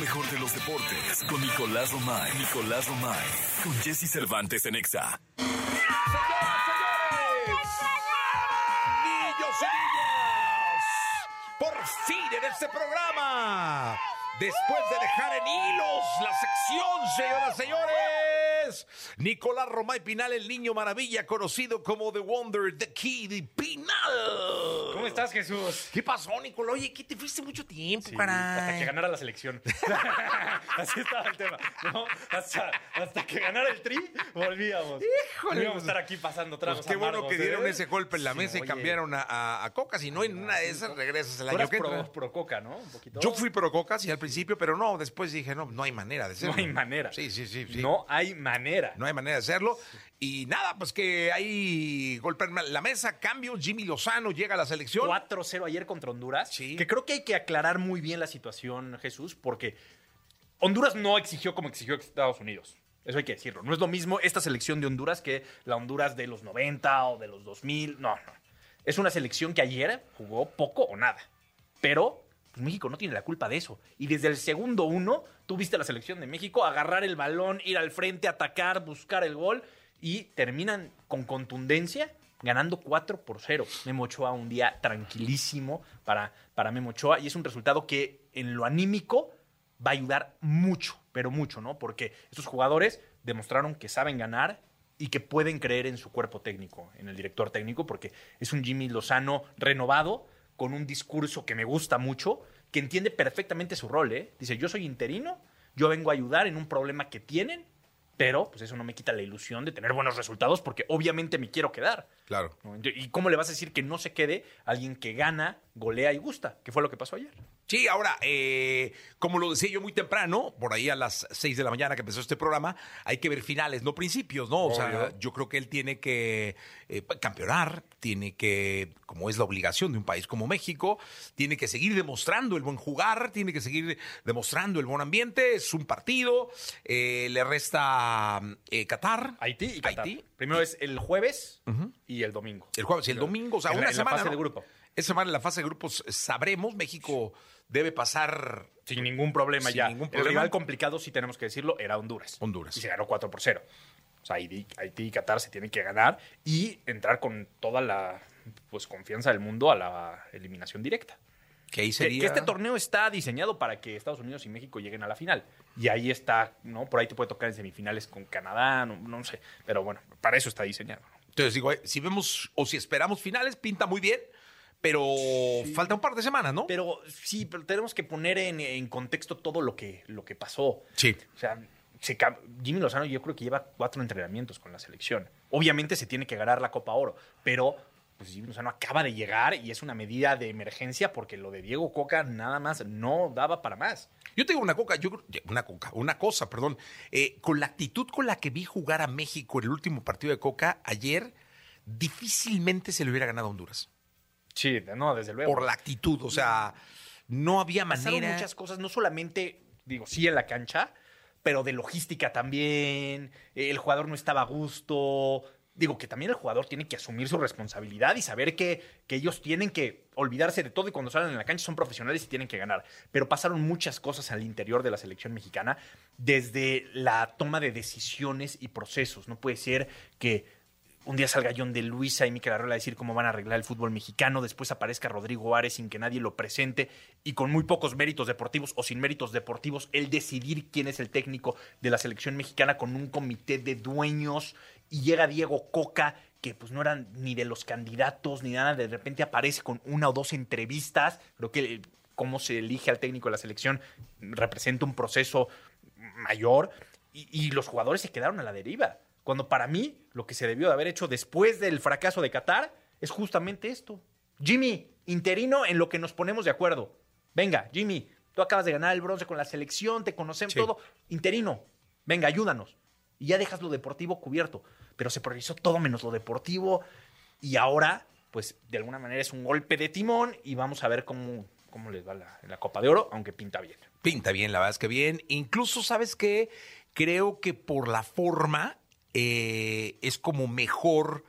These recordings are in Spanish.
mejor de los deportes con Nicolás Romay. Nicolás Romay. Con Jesse Cervantes en Exa. Señoras, señores. Niños y niñas. Por fin en este programa. Después de dejar en hilos la sección, señoras, señores. Nicolás Romay Pinal, el niño maravilla, conocido como The Wonder, The Kid Pinal. ¿Cómo estás, Jesús? ¿Qué pasó, Nicolás? Oye, ¿qué te fuiste mucho tiempo, Sí, hasta que caray? ganara la selección. Así estaba el tema. ¿no? Hasta, hasta que ganara el tri, volvíamos. Híjole, No Íbamos a pues- estar aquí pasando Pues tragos qué bueno amargos, que dieron ¿eh? ese golpe en la Sí, mesa y oye, cambiaron a, a- a Coca. Si no, en una de esas regresas el Tú año eras que entra. pro, pro coca, ¿no? Un poquito. Yo fui pro Coca, sí, al principio, pero no, después dije, no, no hay manera de No hacerlo. hay manera. Sí, sí, sí. sí. No hay manera. No hay manera de hacerlo. Y nada, pues que ahí golpean la mesa, cambio, Jimmy Lozano llega a la selección. 4-0 ayer contra Honduras. Sí. Que creo que hay que aclarar muy bien la situación, Jesús, porque Honduras no exigió como exigió Estados Unidos. Eso hay que decirlo. No es lo mismo esta selección de Honduras que la Honduras de los 90 o de los 2000. No, no. Es una selección que ayer jugó poco o nada. Pero pues, México no tiene la culpa de eso. Y desde el segundo uno, tú viste a la selección de México agarrar el balón, ir al frente, atacar, buscar el gol. Y terminan con contundencia ganando 4 por 0. Memo Ochoa un día tranquilísimo para, para Memo Ochoa. Y es un resultado que en lo anímico va a ayudar mucho, pero mucho, ¿no? Porque estos jugadores demostraron que saben ganar y que pueden creer en su cuerpo técnico, en el director técnico, porque es un Jimmy Lozano renovado, con un discurso que me gusta mucho, que entiende perfectamente su rol, ¿eh? Dice, yo soy interino, yo vengo a ayudar en un problema que tienen, pero pues eso no me quita la ilusión de tener buenos resultados, porque obviamente me quiero quedar. Claro. ¿no? ¿Y cómo le vas a decir que no se quede alguien que gana, golea y gusta? Que fue lo que pasó ayer. Sí, ahora, eh, como lo decía yo muy temprano, por ahí a las 6 de la mañana que empezó este programa, hay que ver finales, no principios, ¿no? O sea, Obvio. yo creo que él tiene que eh, campeonar, tiene que, como es la obligación de un país como México, tiene que seguir demostrando el buen jugar, tiene que seguir demostrando el buen ambiente, es un partido, eh, le resta eh, Qatar. Haití y Qatar. Haití. Primero es el jueves y el domingo. El jueves y el domingo, o sea, En la- una en la semana. fase ¿no? de grupo. Esa semana en la fase de grupos sabremos, México debe pasar Sin ningún problema Sin ya. ningún El problema. rival complicado, sí tenemos que decirlo, era Honduras. Honduras. Y se ganó 4 por 0. O sea, Haití, Haití y Qatar se tienen que ganar y entrar con toda la pues, confianza del mundo a la eliminación directa. que ahí Que- sería... Que este torneo está diseñado para que Estados Unidos y México lleguen a la final. Y ahí está, ¿no? Por ahí te puede tocar en semifinales con Canadá, no, no sé. Pero bueno, para eso está diseñado. ¿no? Entonces digo, eh, si vemos o si esperamos finales, pinta muy bien, pero falta un par de semanas, ¿no? Pero sí, pero tenemos que poner en, en contexto todo lo que, lo que pasó. Sí. O sea, se cam- Jimmy Lozano yo creo que lleva cuatro entrenamientos con la selección. Obviamente se tiene que ganar la Copa Oro, pero pues Jimmy Lozano acaba de llegar y es una medida de emergencia porque lo de Diego Coca nada más no daba para más. Yo te digo una coca, yo creo- una coca, una cosa, perdón. Eh, con la actitud con la que vi jugar a México en el último partido de Coca ayer, difícilmente se le hubiera ganado a Honduras. Sí, no, desde luego. Por la actitud, o sea, no había pasaron manera. muchas cosas, no solamente, digo, sí en la cancha, pero de logística también, eh, el jugador no estaba a gusto, digo que también el jugador tiene que asumir su responsabilidad y saber que, que ellos tienen que olvidarse de todo y cuando salen en la cancha son profesionales y tienen que ganar. Pero pasaron muchas cosas al interior de la selección mexicana, desde la toma de decisiones y procesos. No puede ser que un día salga John de Luisa y Mikel Arreola a decir cómo van a arreglar el fútbol mexicano, después aparezca Rodrigo Ares sin que nadie lo presente y con muy pocos méritos deportivos o sin méritos deportivos, el decidir quién es el técnico de la selección mexicana con un comité de dueños y llega Diego Coca que pues no eran ni de los candidatos ni nada, de repente aparece con una o dos entrevistas, creo que el- cómo se elige al técnico de la selección representa un proceso mayor y, y los jugadores se quedaron a la deriva. Cuando para mí lo que se debió de haber hecho después del fracaso de Qatar es justamente esto. Jimmy, interino en lo que nos ponemos de acuerdo. Venga, Jimmy, tú acabas de ganar el bronce con la selección, te conocemos Sí. todo. Interino, venga, ayúdanos. Y ya dejas lo deportivo cubierto. Pero se priorizó todo menos lo deportivo. Y ahora, pues de alguna manera es un golpe de timón y vamos a ver cómo, cómo les va la, la Copa de Oro, aunque pinta bien. Pinta bien, la verdad es que bien. Incluso, ¿sabes qué? Creo que por la forma eh, es como mejor,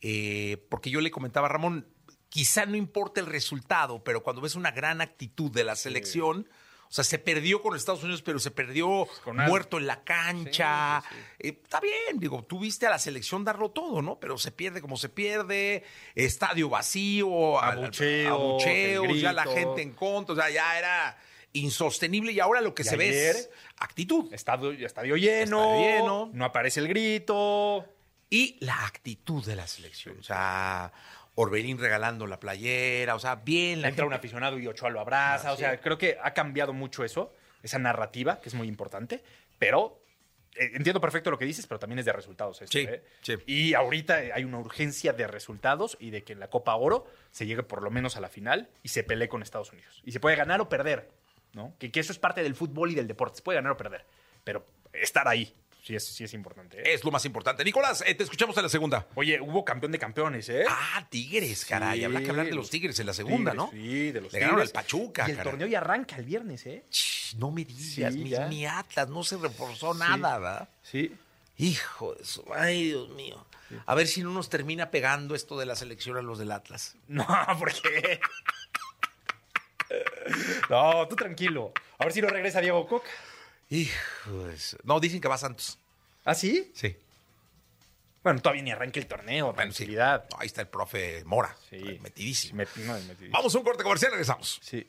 eh, porque yo le comentaba a Ramón, quizá no importa el resultado, pero cuando ves una gran actitud de la selección, O sea, se perdió con Estados Unidos, pero se perdió Pues Con algo. muerto en la cancha. Sí, sí, Eh, está bien, digo, tú viste a la selección darlo todo, ¿no? Pero se pierde como se pierde, estadio vacío, al- al- Abucheos, abucheos, el ya la grito. gente en contra, o sea, ya era insostenible y ahora lo que Y se ve ayer- es actitud. Estadio, estadio lleno, Estadio lleno. no aparece el grito. y la actitud de la selección. O sea, Orbelín regalando la playera, o sea, bien la Entra gente- un aficionado y Ochoa lo abraza. o sea, creo que ha cambiado mucho eso, esa narrativa, que es muy importante. Pero eh, entiendo perfecto lo que dices, pero también es de resultados. esto, Sí, ¿eh? sí. Y ahorita eh, hay una urgencia de resultados y de que en la Copa Oro se llegue por lo menos a la final y se pelee con Estados Unidos. Y se puede ganar o perder, ¿no? Que, que eso es parte del fútbol y del deporte. Se puede ganar o perder, pero estar ahí sí es, sí es importante. ¿eh? es lo más importante. Nicolás, eh, te escuchamos en la segunda. Oye, hubo campeón de campeones, ¿eh? Ah, Tigres, caray. Habrá que hablar de los Tigres en la segunda, ¿no? Tigres, Sí, de los Le ganaron al Tigres. Pachuca, Y el caray. torneo ya arranca el viernes, ¿eh? Ch, No me digas, Sí, ni, ya. ni Atlas, no se reforzó nada, ¿verdad? Sí. Hijo de eso, ay Dios mío. A ver si no nos termina pegando esto de la selección a los del Atlas. No, ¿por qué? No, tú tranquilo. A ver si no regresa Diego Coca. Hijo de eso. No, dicen que va Santos. ¿Ah, sí? Sí. Bueno, todavía ni arranca el torneo, Bueno, sí. tranquilidad. No, ahí está el profe Mora. Sí. Metidísimo. Met- no, metidísimo. Vamos a un corte comercial, regresamos. Sí.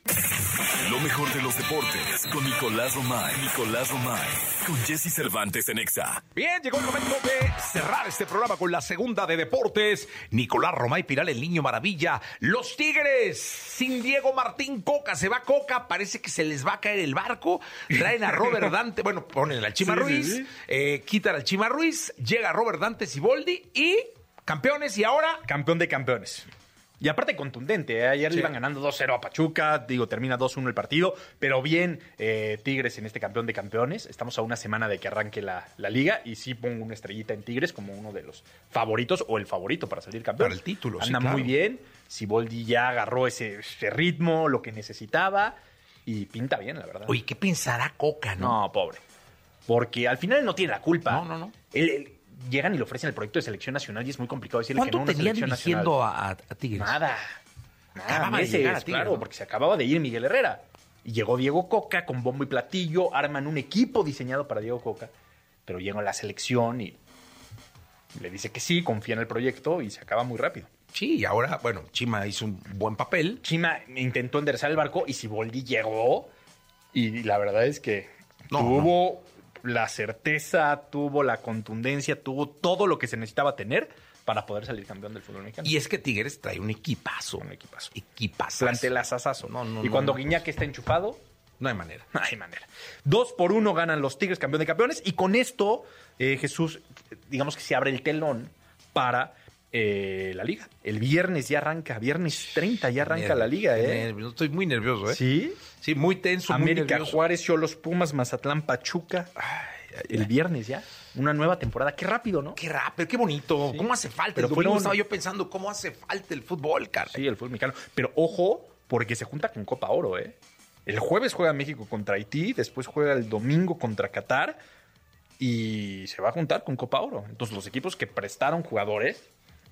Lo mejor de los deportes con Nicolás Romay. Nicolás Romay. Con Jesse Cervantes en Exa. Bien, llegó el momento de cerrar este programa con la segunda de deportes. Nicolás Romay Piral, el niño maravilla. Los Tigres, sin Diego Martín Coca, se va Coca, parece que se les va a caer el barco. Traen a Robert Dante, bueno, ponen al Chima Sí, sí, Ruiz, sí. eh, quitan al Chima Ruiz, llega Robert Dante Siboldi y campeones y ahora... Campeón de campeones. Y aparte contundente, ¿eh? ayer le iban ganando 2-0 a Pachuca, digo, termina 2-1 el partido, pero bien eh, Tigres en este campeón de campeones. Estamos a una semana de que arranque la, la liga y sí pongo una estrellita en Tigres como uno de los favoritos o el favorito para salir campeón. Para el título, sí, Anda claro. muy bien, Siboldi ya agarró ese, ese ritmo, lo que necesitaba y pinta bien, la verdad. Oye, ¿qué pensará Coca, no? No, pobre. Porque al final él no tiene la culpa. No, no, no. Él- él- llegan y le ofrecen el proyecto de selección nacional y es muy complicado decirle que ¿Cuánto no a una tenían selección nacional. dirigiendo a, a- a Tigres? Nada. Acababa de meses, llegar a Tigres, claro, ¿no? porque se acababa de ir Miguel Herrera. Y llegó Diego Coca con bombo y platillo, arman un equipo diseñado para Diego Coca, pero llega a la selección y le dice que sí, confía en el proyecto y se acaba muy rápido. Sí, y ahora, bueno, Chima hizo un buen papel. Chima intentó enderezar el barco y Siboldi llegó y la verdad es que No, tuvo la certeza, tuvo la contundencia, tuvo todo lo que se necesitaba tener para poder salir campeón del fútbol mexicano. Y es que Tigres trae un equipazo. Un equipazo. Equipazo. plantelazazazo. No, no, y no, cuando no. Guiñac está enchufado, No hay manera. no hay manera. Dos por uno ganan los Tigres campeón de campeones y con esto eh, Jesús, digamos que se abre el telón para eh, la liga. El viernes ya arranca, viernes 30 ya arranca la liga, ¿eh? Nervios. Estoy muy nervioso, ¿eh? Sí. Sí, muy tenso, muy América, nervioso. Juárez, Cholos, Pumas, Mazatlán, Pachuca. El viernes ya. Una nueva temporada. Qué rápido, ¿no? Qué rápido, qué bonito. ¿Cómo hace falta? Pero el domingo fueron- estaba yo pensando cómo hace falta el fútbol, cara. Sí, el fútbol mexicano. Pero ojo, porque se junta con Copa Oro, ¿eh? El jueves juega México contra Haití, después juega el domingo contra Qatar y se va a juntar con Copa Oro. Entonces, los equipos que prestaron jugadores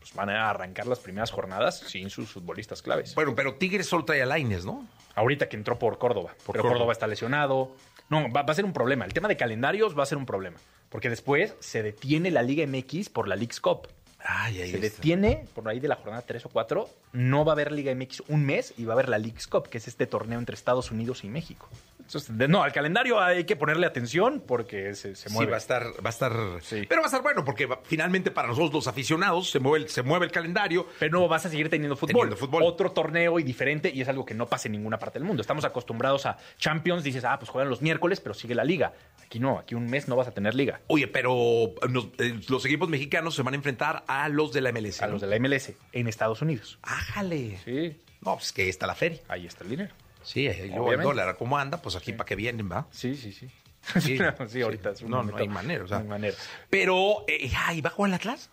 pues van a arrancar las primeras jornadas sin sus futbolistas claves. Bueno, pero Tigres solo trae a Laines, ¿no? Ahorita que entró por Córdoba, Por pero Córdoba. Córdoba. está lesionado. No, va, va a ser un problema. El tema de calendarios va a ser un problema. Porque después se detiene la Liga MX por la League's Cup. Ay, ahí Se está. detiene por ahí de la jornada 3 o 4. No va a haber Liga MX un mes y va a haber la League's Cup, que es este torneo entre Estados Unidos y México. Entonces, de- no, al calendario hay que ponerle atención porque se, se Sí, mueve. va a estar, va a estar. Sí. Pero va a estar bueno, porque va- finalmente para nosotros los aficionados se mueve el, se mueve el calendario. Pero no vas a seguir teniendo fútbol. Teniendo fútbol. Otro torneo y diferente, y es algo que no pasa en ninguna parte del mundo. Estamos acostumbrados a Champions, dices, ah, pues juegan los miércoles, pero sigue la liga. Aquí no, aquí un mes no vas a tener liga. Oye, pero nos- eh, los equipos mexicanos se van a enfrentar a los de la MLS. A los de la MLS en Estados Unidos. Ájale. Sí, No, pues que ahí está la feria. ahí está el dinero. Sí, ahí luego el Obviamente. dólar, ¿cómo anda? Pues aquí para que vienen, ¿va? Sí, sí, sí. Sí, Sí, sí. ahorita es un No, no momento- hay manera, o sea. no hay manera. Pero, eh, ay, ¿va a jugar el Atlas?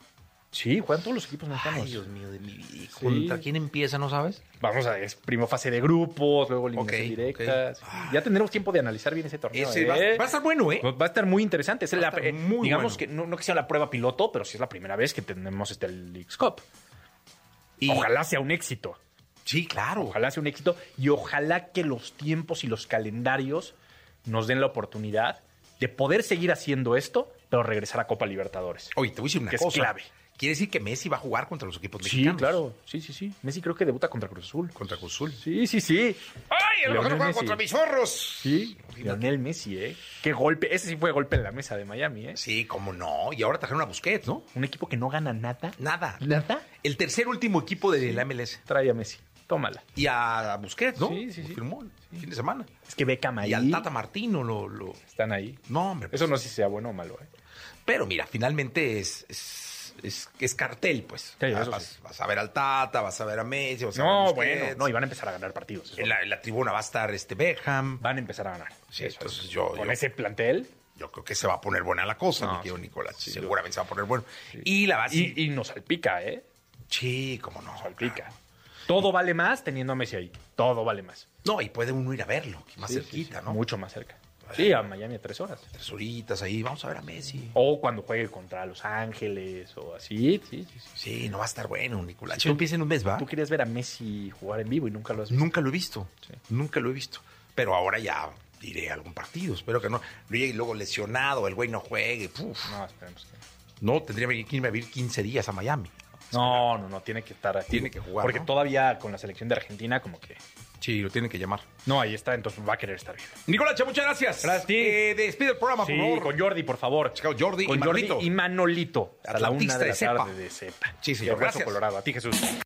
Sí, juegan todos los equipos mexicanos. Ay, Dios mío, de mi vida. ¿Contra quién empieza, no sabes? Vamos a es primero fase de grupos, luego eliminación Ok, directa. ok. sí. Ya tendremos tiempo de analizar bien ese torneo. Ese ¿eh? va, va a estar bueno, ¿eh? Va a estar muy interesante. Es Va a la- estar eh, muy bueno. digamos que no, no que sea la prueba piloto, pero sí es la primera vez que tenemos este League's Cup. Y- Ojalá sea un éxito. Sí, claro. Ojalá sea un éxito y ojalá que los tiempos y los calendarios nos den la oportunidad de poder seguir haciendo esto, pero regresar a Copa Libertadores. Oye, te voy a decir una Que es cosa. clave. Quiere decir que Messi va a jugar contra los equipos Sí, mexicanos. claro. Sí, sí, sí. Messi creo que debuta contra Cruz Azul. Contra Cruz Azul. Sí, sí, sí. ¡Ay, a lo mejor Leonel juegan Messi. contra mis zorros! Sí, Lionel Messi, ¿eh? Qué golpe. Ese sí fue golpe en la mesa de Miami, ¿eh? Sí, cómo no. Y ahora trajeron a Busquets, ¿no? Un equipo que no gana nada. Nada. ¿Nada? El tercer último equipo de la MLS. Trae a Messi. Tómala. Y a Busquets, ¿no? Sí, sí, sí. Firmó el fin de semana. Es que Beckham ahí. Y al Tata Martino lo... lo- Están ahí. No, hombre. Eso pues, no sé si sea bueno o malo, ¿eh? Pero mira, finalmente es... es... es- es cartel, pues. Sí, eso vas, sí. vas a ver al Tata, vas a ver a Messi, vas a ver a No, Busquets. bueno. No, y van a empezar a ganar partidos. eso. En la, en la tribuna va a estar este Beckham. Van a empezar a ganar. Sí, Eso entonces es. yo- Con yo- ese plantel. Yo creo que se va a poner buena la cosa, No, mi querido Nicolás. sí, Seguramente se va a poner bueno. Y la base. Y, y nos salpica, ¿eh? sí, cómo no. Salpica. claro. Todo vale más teniendo a Messi ahí. Todo vale más. No, y puede uno ir a verlo, más Sí, sí, cerquita, sí. ¿no? Mucho más cerca. Sí, a Miami a tres horas. Tres horitas ahí, vamos a ver a Messi. O cuando juegue contra Los Ángeles o así. Sí, sí, sí. Sí, no va a estar bueno, Nicolás. Yo empieza en un mes, ¿va? Tú querías ver a Messi jugar en vivo y nunca lo has visto. Nunca lo he visto. Sí. Nunca lo he visto. Pero ahora ya iré a algún partido. Espero que no. No llegue luego lesionado, el güey no juegue. puf. No, esperemos que no. No, tendría que irme a vivir 15 días a Miami. No, no, no, tiene que estar activo. Tiene que jugar, Porque ¿no? todavía con la selección de Argentina, como que. Sí, lo tienen que llamar. No, ahí está, entonces va a querer estar bien. Nicolache, muchas gracias. Gracias a ti. Eh, despide el programa, Sí, por favor. con Jordi, por favor. Chao, Jordi Con y Jordi Manolito. y Manolito. A la una Atlantista de la de cepa. tarde de Cepa. Sí, señor, De Hueso gracias. Colorado. A ti, Jesús.